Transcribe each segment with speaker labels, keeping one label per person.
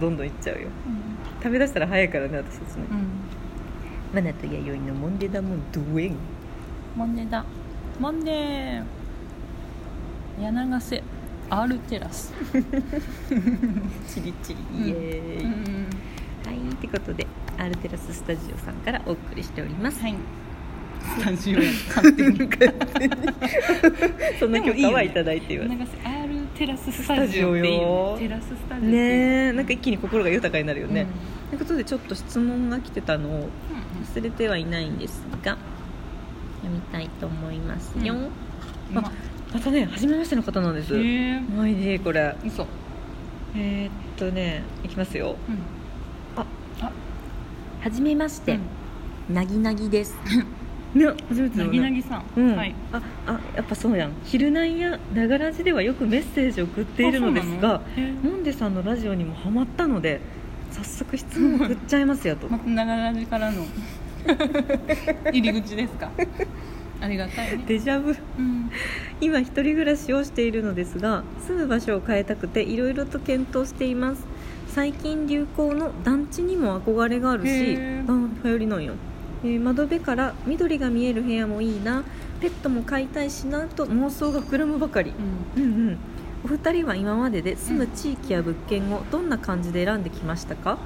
Speaker 1: どんどんいっちゃうよ
Speaker 2: うん
Speaker 1: 食べ出したら早いからね私たちね
Speaker 2: うん
Speaker 1: マナと弥生のモンデダモンドゥエン
Speaker 2: モンデだモンデ柳瀬アールテラス
Speaker 1: チリチ
Speaker 2: うん
Speaker 1: リイエーイ、
Speaker 2: うん
Speaker 1: はいってことでアルテラススタジオさんからお送りしております、
Speaker 2: はいスタジオや勝手に
Speaker 1: その許
Speaker 2: でもいい
Speaker 1: 可
Speaker 2: よ
Speaker 1: は
Speaker 2: ね
Speaker 1: いただいて言われて
Speaker 2: 柳瀬アールテラススタジオっていいよねテラススタジオっていい
Speaker 1: ねえなんか一気に心が豊かになるよね、ということでちょっと質問が来てたのを
Speaker 2: うんうん
Speaker 1: 忘れてはいないんですが読みたいと思いますよ、
Speaker 2: うん
Speaker 1: ま
Speaker 2: ま
Speaker 1: またね初めましての方なんです
Speaker 2: へえ
Speaker 1: マイディこれ
Speaker 2: 嘘うん
Speaker 1: えー、っとねいきますよあ
Speaker 2: あ
Speaker 1: はじめまし
Speaker 2: で
Speaker 1: なぎなぎです。 ね、初めてだ
Speaker 2: な
Speaker 1: よ
Speaker 2: ぎ
Speaker 1: ね
Speaker 2: なぎさん
Speaker 1: うん、
Speaker 2: はい
Speaker 1: あ、あ、やっぱそうやん。昼なんや、ながらじではよくメッセージを送っているのですが。
Speaker 2: あそうなのへえ
Speaker 1: もんでさんのラジオにもハマったので、早速質問送っちゃい ますよと。
Speaker 2: また長ラジ からの入り口です かありがたいね
Speaker 1: デジャブ
Speaker 2: うん
Speaker 1: 今一人暮らしをしているのですが住む場所を変えたくていろいろと検討しています最近流行の団地にも憧れがある
Speaker 2: へ
Speaker 1: し
Speaker 2: ー
Speaker 1: 団流行りなんよ、えー窓辺から緑が見える部屋もいいなペットも飼いたいしなと妄想が膨らむばかり
Speaker 2: うん
Speaker 1: うんうんお二人は今までで住む地域や物件をどんな感じで選んできましたか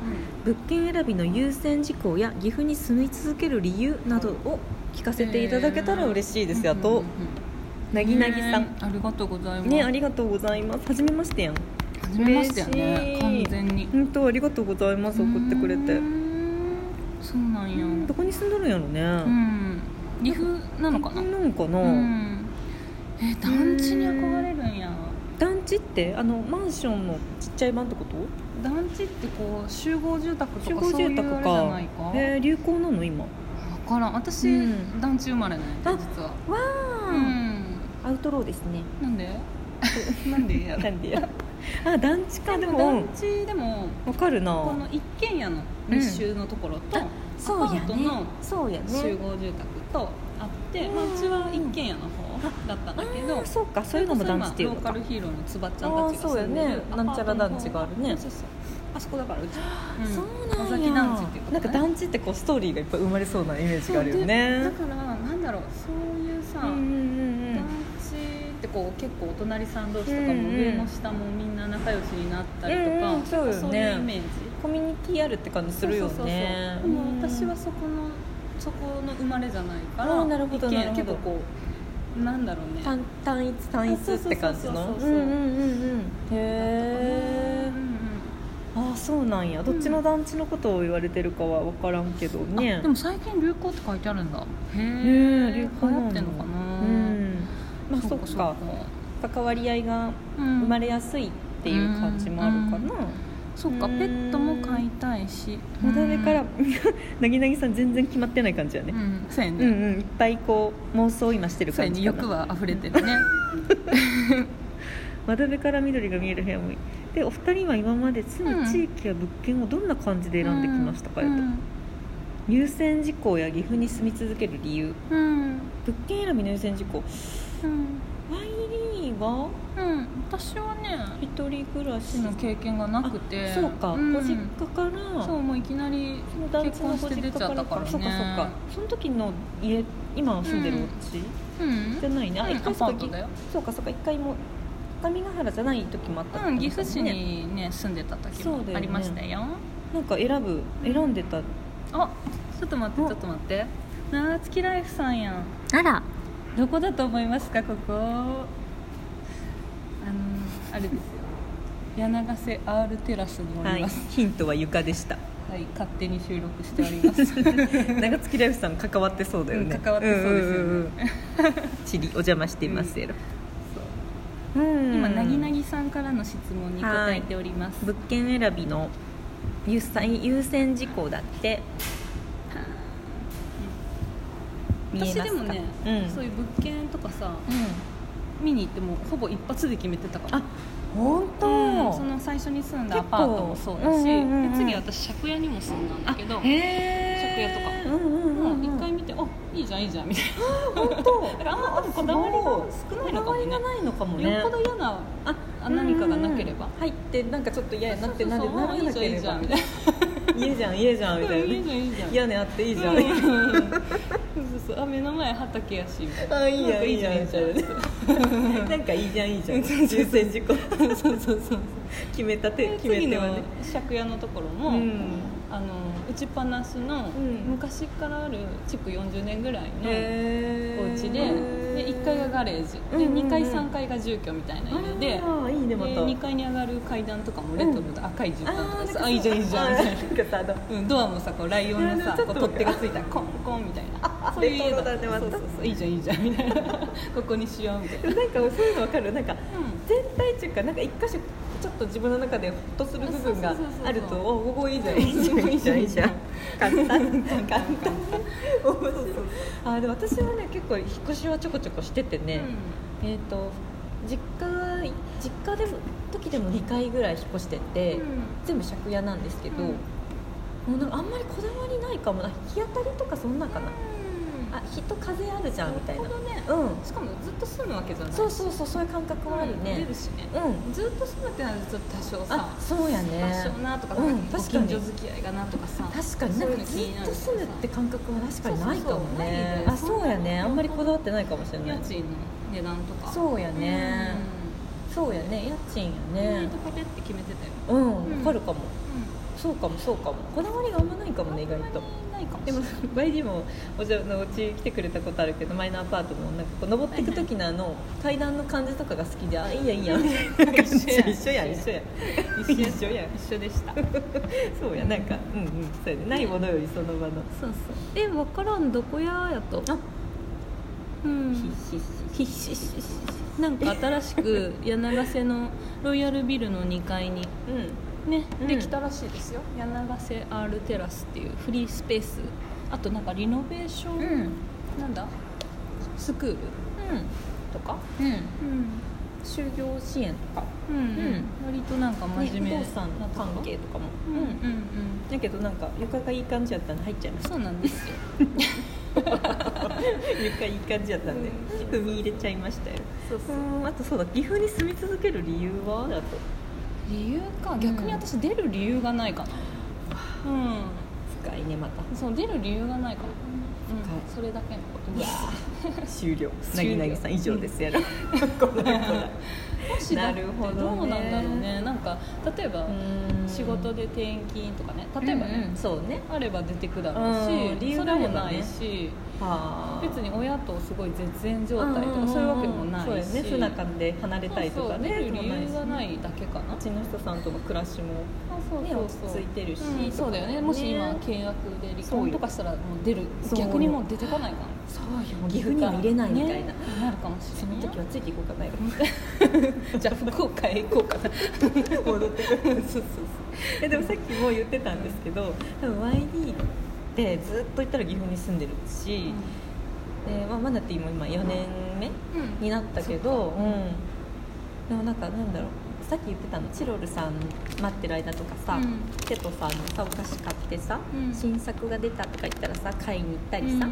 Speaker 1: 物件選びの優先事項や岐阜に住み続ける理由などを聞かせていただけたら嬉しいですや
Speaker 2: う
Speaker 1: と
Speaker 2: んうんうん
Speaker 1: なぎなぎさん
Speaker 2: ねえありがとうございます
Speaker 1: ね、ありがとうございます。はじめましてやん。
Speaker 2: 初めましてよね
Speaker 1: 嬉し
Speaker 2: 完
Speaker 1: い
Speaker 2: 全に
Speaker 1: 本当ありがとうございます。送ってくれ
Speaker 2: う
Speaker 1: て
Speaker 2: ー。んそうなんや
Speaker 1: どこに住んどるんやろね。
Speaker 2: うん岐阜なのかな
Speaker 1: なんかな。
Speaker 2: うんえ団地に憧れるんや
Speaker 1: 団地ってあのマンションのちっちゃい版ってこと？
Speaker 2: 団地ってこう集合住宅
Speaker 1: 集
Speaker 2: とか
Speaker 1: 合
Speaker 2: そうい
Speaker 1: 住
Speaker 2: う
Speaker 1: 宅
Speaker 2: あれじゃ
Speaker 1: か
Speaker 2: ない。か
Speaker 1: えー流行なの今。
Speaker 2: 分からん私、
Speaker 1: うん
Speaker 2: 団地生まれない
Speaker 1: あ
Speaker 2: 実は
Speaker 1: わ
Speaker 2: う
Speaker 1: あ。
Speaker 2: ん
Speaker 1: アウトローですね。
Speaker 2: なんでなん でや
Speaker 1: な
Speaker 2: ろ
Speaker 1: んでや。あ団地かで
Speaker 2: で
Speaker 1: も
Speaker 2: も
Speaker 1: うん
Speaker 2: 団地でも
Speaker 1: わかる
Speaker 2: こ
Speaker 1: な。
Speaker 2: の一軒家の密集のところと、
Speaker 1: うんあそうや
Speaker 2: アパート
Speaker 1: ね
Speaker 2: の。
Speaker 1: そうや
Speaker 2: 集
Speaker 1: ね。
Speaker 2: 合住宅とあって、
Speaker 1: うん
Speaker 2: まあ、うちは一軒家の方だったんだけ
Speaker 1: あ
Speaker 2: ど
Speaker 1: ーそうかそういうのも団地っていう
Speaker 2: そ
Speaker 1: のか
Speaker 2: れこそ今ロー。カルヒーローのつばちゃんたちが住んで
Speaker 1: あーそう
Speaker 2: る
Speaker 1: やねなんちゃら団地があるね
Speaker 2: アパートの方そうそうあそこだからうち、うん
Speaker 1: そう
Speaker 2: 尾
Speaker 1: なんや。
Speaker 2: 崎団地っていうこと、ね、
Speaker 1: なんか団地ってこうストーリーがいっぱい生まれそうなイメージがあるよ
Speaker 2: そう
Speaker 1: ね
Speaker 2: でだ。からなんだろうそういうさ、
Speaker 1: うんうんうんうん
Speaker 2: 団地ってこう結構お隣さん同士とかも上も下もみんな仲良しになったりとか、
Speaker 1: うんうんそうよね
Speaker 2: そういうイメージ
Speaker 1: コミュニティあるって感じするよ
Speaker 2: そうそうそう
Speaker 1: ね
Speaker 2: そうでも私はそこのそこの生まれじゃないから
Speaker 1: あーなるほど
Speaker 2: 一軒
Speaker 1: な
Speaker 2: 家
Speaker 1: るほど
Speaker 2: 結構こうなんだろうね
Speaker 1: 単単一単一って感じの
Speaker 2: そう
Speaker 1: う
Speaker 2: そ
Speaker 1: ん
Speaker 2: うそうそうそう
Speaker 1: うんうんうんへえああそうなんやどっちの団地のことを言われてるかは分からんけど
Speaker 2: ね
Speaker 1: ね
Speaker 2: でも最近流行って書いてあるんだへ
Speaker 1: ね
Speaker 2: え
Speaker 1: 流
Speaker 2: 流
Speaker 1: 行
Speaker 2: 行
Speaker 1: なの
Speaker 2: ってんのかな
Speaker 1: うんまあそっ
Speaker 2: う
Speaker 1: か関わり合いが
Speaker 2: うん
Speaker 1: 生まれやすいっていう感じもあるかな
Speaker 2: そうか
Speaker 1: うん
Speaker 2: ペットも飼いたいし
Speaker 1: まだ上から
Speaker 2: う
Speaker 1: なぎなぎさん全然決まってない感じやね
Speaker 2: んそうや
Speaker 1: うん
Speaker 2: ね
Speaker 1: うんいっぱいこう妄想を今してる
Speaker 2: そうや
Speaker 1: 感
Speaker 2: ね
Speaker 1: じかな
Speaker 2: 欲は溢れてるね
Speaker 1: 窓辺から緑が見える部屋もいいでお二人は今まで住む地域や物件をどんな感じで選んできましたか、
Speaker 2: う
Speaker 1: やと
Speaker 2: ん
Speaker 1: 優先事項や岐阜に住み続ける理由
Speaker 2: うん
Speaker 1: 物件選びの優先事項
Speaker 2: うん
Speaker 1: ワイリーは
Speaker 2: うん私はね
Speaker 1: 一人暮ら
Speaker 2: 私
Speaker 1: し
Speaker 2: の経験がなくて
Speaker 1: あそうか、
Speaker 2: ん
Speaker 1: ご実家から
Speaker 2: そうもういきなり
Speaker 1: その団地のご実家
Speaker 2: 結婚して出ち
Speaker 1: か
Speaker 2: ゃっ
Speaker 1: ら
Speaker 2: たから
Speaker 1: か
Speaker 2: ね
Speaker 1: そうかそうかその時の家今住んでるお家、
Speaker 2: うん
Speaker 1: じゃないね、あ
Speaker 2: うん
Speaker 1: 一回
Speaker 2: ア
Speaker 1: そ
Speaker 2: パ
Speaker 1: う
Speaker 2: ー
Speaker 1: か
Speaker 2: トだよ、
Speaker 1: そうかそうか一回も相模ヶ原じゃない時もあったってこ
Speaker 2: う
Speaker 1: と
Speaker 2: ん、
Speaker 1: だ
Speaker 2: 岐
Speaker 1: よね
Speaker 2: 阜市にね住んでた時
Speaker 1: そう
Speaker 2: も
Speaker 1: だよね
Speaker 2: ありましたよ
Speaker 1: なんか選ぶ選んでた
Speaker 2: あちょっと待って
Speaker 1: お
Speaker 2: ちょっと待って長月ライフさんやん
Speaker 1: あら
Speaker 2: どこだと思いますかここあのあれですよ柳瀬 R テラスにお
Speaker 1: は
Speaker 2: り
Speaker 1: い
Speaker 2: ます、、
Speaker 1: ヒントは床で した。
Speaker 2: はい勝手に収録しております
Speaker 1: 長月ライフさん関わってそうだよね。
Speaker 2: うん関わってそうですよね
Speaker 1: よね。チリお邪魔してますやろ。うん
Speaker 2: 今なぎなぎさんからの質問に答えております
Speaker 1: 物件選びの優先優先事項だって。見えます
Speaker 2: 私
Speaker 1: か
Speaker 2: でもね、
Speaker 1: うん、
Speaker 2: そういう物件とかさ
Speaker 1: うん
Speaker 2: 見に行ってもほぼ一発で決めてたから
Speaker 1: あ本当、
Speaker 2: うんその最初に住んだアパートもそうだし、
Speaker 1: 結構うんうんうんうん
Speaker 2: で次私借家にも住んだんだ
Speaker 1: あ
Speaker 2: けどもう
Speaker 1: へえと
Speaker 2: 借
Speaker 1: かうんうんうん、うん、
Speaker 2: 一回見てあいいじゃんいいじゃんみたい
Speaker 1: 本当
Speaker 2: なだからあんま多分こだわりが少ないの
Speaker 1: こだ
Speaker 2: かも
Speaker 1: わりが
Speaker 2: ね
Speaker 1: ないのかもね
Speaker 2: よっぽど嫌な
Speaker 1: あ
Speaker 2: あ何かがなければ
Speaker 1: うんうん入ってなんかちょっと嫌になって
Speaker 2: そう
Speaker 1: な
Speaker 2: そう
Speaker 1: る
Speaker 2: そう
Speaker 1: なら
Speaker 2: いい
Speaker 1: な
Speaker 2: じゃん
Speaker 1: け
Speaker 2: いい
Speaker 1: れ
Speaker 2: じゃ
Speaker 1: ば 家じゃ
Speaker 2: んみたい
Speaker 1: ん家じゃんみ
Speaker 2: な
Speaker 1: たいな
Speaker 2: うんいいじゃんいいじゃん
Speaker 1: 屋根あっていいじゃん、
Speaker 2: うんうんうんそうそうそうあ目の前畑やしみたいな
Speaker 1: あいいや
Speaker 2: なんん
Speaker 1: い
Speaker 2: か
Speaker 1: いじゃんいいじゃんみたいななんかいいじゃんいいじゃん優先事項
Speaker 2: そうそうそうそう
Speaker 1: 決めたて
Speaker 2: で
Speaker 1: 決め
Speaker 2: 次
Speaker 1: 手
Speaker 2: の
Speaker 1: はね
Speaker 2: 借家のところも、
Speaker 1: うん
Speaker 2: あの打ちっぱなしの、
Speaker 1: ん
Speaker 2: 昔からある築40年ぐらいの
Speaker 1: へ
Speaker 2: お家でで1階がガレージ
Speaker 1: うんうん
Speaker 2: で
Speaker 1: うん
Speaker 2: 2階3階が住居みたいな家でで
Speaker 1: ああいいねまた
Speaker 2: 2階に上がる階段とかもレトロで赤い絨
Speaker 1: ー
Speaker 2: 毯
Speaker 1: なん
Speaker 2: と
Speaker 1: か
Speaker 2: か
Speaker 1: そう
Speaker 2: さあいいじゃんいいじゃんみたいな。
Speaker 1: なんかさあの
Speaker 2: うん、ドアもさこうライオンの
Speaker 1: いや
Speaker 2: さ
Speaker 1: ちょっ
Speaker 2: ことう取っ手がついたコンコンみたいなそういう家だ
Speaker 1: レトロだねまた
Speaker 2: そうそうそういいじゃんいいじゃんみたいなここにしようみたいな、
Speaker 1: なんかそういうのわかるなんか
Speaker 2: う
Speaker 1: 全体っていうかなんか一箇所ちょっと自分の中でホッとする部分があると
Speaker 2: そうそうそうそう
Speaker 1: おここいいじゃんいいじゃんいいじゃんいいじゃん簡単簡 単そうそうそうあーで私はね結構引っ越しはちょこちょこしててね、えっ、と実家実家でも時でも2回ぐらい引っ越してて、
Speaker 2: うん
Speaker 1: 全部借家なんですけど、
Speaker 2: うん
Speaker 1: もうなんかあんまりこだわりないかもな日当たりとかそんなかな、
Speaker 2: うん
Speaker 1: あ人風あるじゃんみたいな、
Speaker 2: るほどね
Speaker 1: うん
Speaker 2: しかもずっと住むわけじゃない
Speaker 1: そうそうそうそういう感覚はある
Speaker 2: 出
Speaker 1: ね
Speaker 2: るしね
Speaker 1: うん、
Speaker 2: ずっと住むってなるとちょっと多少さ
Speaker 1: あそうや
Speaker 2: 多
Speaker 1: ね
Speaker 2: 少なとかさ、
Speaker 1: うん
Speaker 2: ご
Speaker 1: 確かに
Speaker 2: 近所付き合いがなとかさ
Speaker 1: 確かに
Speaker 2: そ
Speaker 1: な
Speaker 2: うんいう
Speaker 1: か
Speaker 2: の気
Speaker 1: ず
Speaker 2: にな
Speaker 1: っ
Speaker 2: る
Speaker 1: と住むって感覚は確かにないかもね
Speaker 2: そうそうそう
Speaker 1: あそうやねあんまりこだわってないかもしれな
Speaker 2: 家
Speaker 1: い
Speaker 2: 賃の値段とか
Speaker 1: そうやねそうやね家賃
Speaker 2: うん、
Speaker 1: や
Speaker 2: 意
Speaker 1: ね
Speaker 2: 外とパテって決めてた
Speaker 1: う
Speaker 2: よ、
Speaker 1: ん
Speaker 2: うん
Speaker 1: わかるかもそうかもそうかもこだわりがあんまないかもね意外と
Speaker 2: あんまりないかもし
Speaker 1: で
Speaker 2: れな
Speaker 1: も
Speaker 2: い
Speaker 1: YD もおじゃのうち来てくれたことあるけど前のアパートもなんかこう登っていく時のあの階段の感じとかが好きであいいやいいやみたい な感じ
Speaker 2: 一緒や
Speaker 1: 一緒や一緒や
Speaker 2: 一緒や
Speaker 1: 一緒や
Speaker 2: 一緒でしたそう
Speaker 1: そうやなんかうんうんそうやねないものよりその場の
Speaker 2: そうえ分からんどこややと
Speaker 1: あ
Speaker 2: うん
Speaker 1: ひっしっしっし
Speaker 2: なんか新しく柳瀬のロイヤルビルの2階に
Speaker 1: うん
Speaker 2: ね、
Speaker 1: うん
Speaker 2: できたらしいですよ柳瀬アールテラスっていうフリースペースあとなんかリノベーショ
Speaker 1: う
Speaker 2: ン、
Speaker 1: ん
Speaker 2: なんだスクールとか、
Speaker 1: うんうん
Speaker 2: うん
Speaker 1: 就業支援とか
Speaker 2: うん割となんか真面目
Speaker 1: ねお父さんの関係とかも
Speaker 2: うんうんうん
Speaker 1: だけどなんか床がいい感じやったんで入っちゃいまし
Speaker 2: そうなんです よ
Speaker 1: た床いい感じやったんで
Speaker 2: う
Speaker 1: 踏み入れちゃいましたよ
Speaker 2: そう
Speaker 1: うんあとそうだ岐阜に住み続ける理由はだと
Speaker 2: 理由か逆に私出る理由がないかなうん、
Speaker 1: 深いねまた
Speaker 2: そう出る理由がないかな、うん
Speaker 1: 深い
Speaker 2: それだけのこと
Speaker 1: い
Speaker 2: で
Speaker 1: や
Speaker 2: す
Speaker 1: 終了な
Speaker 2: 終
Speaker 1: ぎ
Speaker 2: 了
Speaker 1: なぎさん以上です やろこらこら
Speaker 2: もしだって
Speaker 1: なるほどね
Speaker 2: どうなんだろうねなんか例えば
Speaker 1: うん
Speaker 2: 仕事で転勤とかね例えばね、
Speaker 1: うんうんそうね
Speaker 2: あれば出てくだろうし、
Speaker 1: うん理由
Speaker 2: そ
Speaker 1: が
Speaker 2: れ
Speaker 1: あれ
Speaker 2: も
Speaker 1: ば
Speaker 2: な
Speaker 1: ね
Speaker 2: いし
Speaker 1: はあ
Speaker 2: 別に親とすごい絶縁状態とかそういうわけもないし
Speaker 1: そうやね不仲で離れたいとかね
Speaker 2: そうそう出る理
Speaker 1: も
Speaker 2: 由が
Speaker 1: な
Speaker 2: ない
Speaker 1: し
Speaker 2: いだけかな
Speaker 1: うちの人さんとの暮らしも
Speaker 2: そう
Speaker 1: ね
Speaker 2: そう
Speaker 1: 落ち
Speaker 2: そう
Speaker 1: 着いてるし
Speaker 2: うんそうだよねもし今契約で離婚とかしたらもう出る
Speaker 1: そうよ
Speaker 2: 逆にもう出てこないかな
Speaker 1: そうよ岐阜には入れないみたいな、
Speaker 2: ねなるかもし
Speaker 1: そ
Speaker 2: れ
Speaker 1: の
Speaker 2: ない
Speaker 1: 時はついていこうかなよ
Speaker 2: じゃあ福岡へ行こうかな
Speaker 1: 戻ってくるそうそうそうえでもさっきも言ってたんですけど多分 YD ってずっと行ったら岐阜に住んでるし、でまあ、マナティーも今4年目
Speaker 2: うん
Speaker 1: になったけど、うん、でもなんかなんだろうさっき言ってたのチロルさん待ってる間とかさ、
Speaker 2: うん
Speaker 1: テトさんのさお菓子買ってさ、
Speaker 2: うん
Speaker 1: 新作が出たとか言ったらさ買いに行ったりさ、
Speaker 2: うん
Speaker 1: あの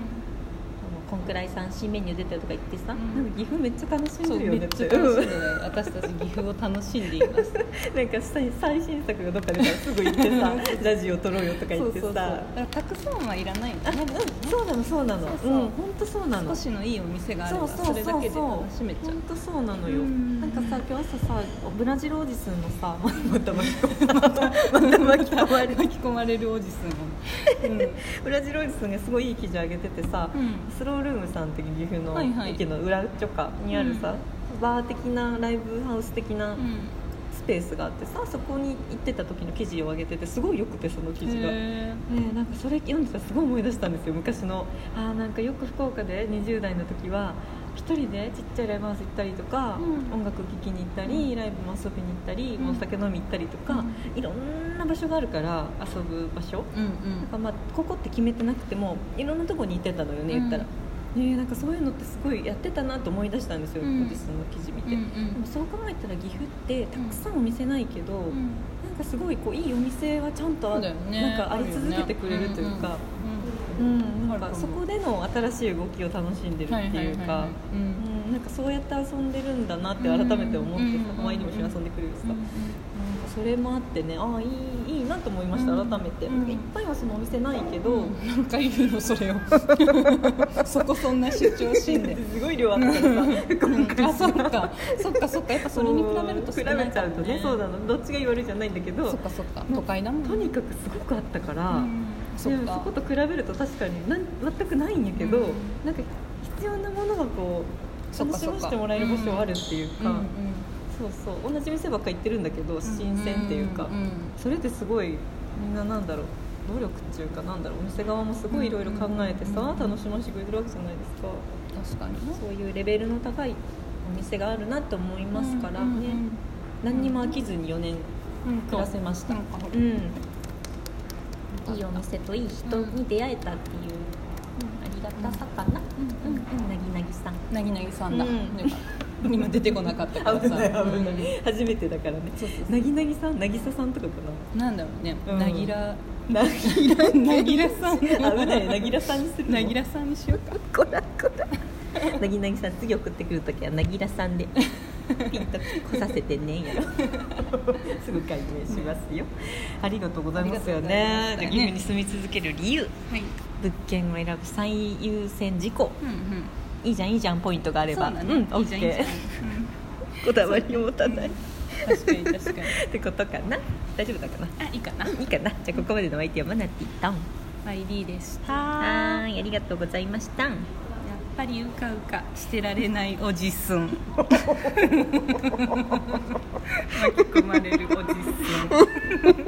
Speaker 1: こんくらい三新メニュー出たよとか言ってさ、
Speaker 2: うん
Speaker 1: なんか岐阜めっちゃ楽しんで
Speaker 2: そう
Speaker 1: るよ
Speaker 2: め
Speaker 1: ね
Speaker 2: っ
Speaker 1: って
Speaker 2: ちゃ楽しんでる私たち岐阜を楽しんでいます
Speaker 1: うんなんか最最新作がどっか出たらすぐ行ってさラジオ撮ろうよとか言ってさ
Speaker 2: だからたくさんはいらないんだ
Speaker 1: あ
Speaker 2: ね
Speaker 1: うんそうなのそうなの
Speaker 2: そうそう
Speaker 1: うん本当そうなの
Speaker 2: 少しのいいお店があれ
Speaker 1: そう
Speaker 2: ば
Speaker 1: そうそう
Speaker 2: それだけで
Speaker 1: そう
Speaker 2: 楽しめちゃう
Speaker 1: 本当そうなのよ
Speaker 2: うん
Speaker 1: なんかさ今日朝さブラジルおじさんの さまた巻き込ままた巻き込まれる
Speaker 2: 巻き込まれるおじさんも、
Speaker 1: ブラジルおじさんがすごいいい記事上げててさ、
Speaker 2: うん
Speaker 1: スロールームさんっていう岐阜の
Speaker 2: はいはい
Speaker 1: 駅の裏ちょかにあるさ、バー的なライブハウス的なスペースがあってさそこに行ってた時の記事を上げててすごいよくてその記事が。
Speaker 2: へ
Speaker 1: ねえなんかそれ読んでたらすごい思い出したんですよ昔のあーなんかよく福岡で20代の時は一人でちっちゃいライブハウス行ったりとか、
Speaker 2: うん
Speaker 1: 音楽聴きに行ったり、ライブも遊びに行ったり、
Speaker 2: うん
Speaker 1: お酒飲み行ったりとか、いろんな場所があるから遊ぶ場所、
Speaker 2: うんうん
Speaker 1: なんかまあここって決めてなくてもいろんなとこに行ってたのよね言ったら、
Speaker 2: うん
Speaker 1: ねえなんかそういうのってすごいやってたなと思い出したんですよ、
Speaker 2: うん
Speaker 1: 私その記事見て、
Speaker 2: うん
Speaker 1: でもそう考えたら岐阜ってたくさんお店ないけど、
Speaker 2: うんうん
Speaker 1: なんかすごいこういいお店はちゃんと
Speaker 2: そ
Speaker 1: あ,、
Speaker 2: うだよね
Speaker 1: なんかあり続けてくれるというか、うんなん
Speaker 2: あ
Speaker 1: か
Speaker 2: ると
Speaker 1: そ
Speaker 2: 思う
Speaker 1: こでの新しい動きを楽しんでるっていうか、
Speaker 2: ははははう
Speaker 1: う
Speaker 2: ん
Speaker 1: ん、なんかそうやって遊んでるんだなって改めて思って
Speaker 2: うん
Speaker 1: さ、前にも一緒に遊んでくれるしさ、なんかそれもあってねああいいいいなと思いました
Speaker 2: うん
Speaker 1: 改めて、
Speaker 2: うん
Speaker 1: いっぱいはそのお店ないけど、
Speaker 2: うん何回言うのそれをそこそんな主張しんで
Speaker 1: すごい量あったからさ、
Speaker 2: うんあそっかそっかそっかやっぱそれに比べると
Speaker 1: 比べ
Speaker 2: 少ないかも
Speaker 1: ちゃうとねそうなのどっちが言われるじゃないんだけど
Speaker 2: そっかそっか都会だもん
Speaker 1: とにかくすごくあったから、
Speaker 2: うんそ
Speaker 1: で
Speaker 2: っ
Speaker 1: もそ
Speaker 2: か
Speaker 1: こと比べると確かになん全くないんやけど、
Speaker 2: うん
Speaker 1: なんか必要なものがこう
Speaker 2: そっか
Speaker 1: 楽
Speaker 2: そ
Speaker 1: し
Speaker 2: っか
Speaker 1: ませてもらえる場所はあるっていうか、
Speaker 2: うんうん
Speaker 1: そうそう同じ店ばっか行ってるんだけど新鮮っていうか、
Speaker 2: んん
Speaker 1: それってすごいみんななんだろう努力っていうかなんだろうお店側もすごいいろいろ考えてさ、
Speaker 2: うんうんうん
Speaker 1: 楽しませてくれてるわけじゃないですか、
Speaker 2: 確かにね
Speaker 1: そういうレベルの高いお店があるなと思いますからね、
Speaker 2: うんうん
Speaker 1: 何にも飽きずに4年
Speaker 2: うんうん
Speaker 1: 暮らせました、
Speaker 2: なんか
Speaker 1: うんいいお店といい人に出会えたっていうありがたさかな、
Speaker 2: うんうん
Speaker 1: なぎなぎさん
Speaker 2: なぎなぎさんだ、
Speaker 1: うん
Speaker 2: なんか今出てこなかったからさ
Speaker 1: 危ない危ない、
Speaker 2: う
Speaker 1: 初めてだからねなぎなぎさんなぎささんとかか
Speaker 2: んなんだろうね、
Speaker 1: うん
Speaker 2: な ぎら
Speaker 1: ななぎ
Speaker 2: なぎらさん
Speaker 1: 危ないなぎらさんにする
Speaker 2: なぎらさんにしようか
Speaker 1: こらこらなぎなぎさん次送ってくるときはなぎらさんでピンと来させてねやろすぐ解明しますよ、ありがとうございますよね
Speaker 2: ありがとうございましたね
Speaker 1: じゃあ岐阜に住み続ける理由
Speaker 2: はい、
Speaker 1: 物件を選ぶ最優先事項
Speaker 2: うんうん、
Speaker 1: いいじゃんいいじゃんポイントがあれば
Speaker 2: そうだ
Speaker 1: ん
Speaker 2: ね、いいじゃんいいじゃ
Speaker 1: OK こだわり持たないっ
Speaker 2: ん確かに確かに
Speaker 1: てことかな大丈夫だかな
Speaker 2: あいいかない
Speaker 1: いかなじゃあここまでのお相手はマナティとん
Speaker 2: ID でした
Speaker 1: はーいありがとうございました
Speaker 2: やっぱりうかうかしてられないおじすん巻き込まれるおじすん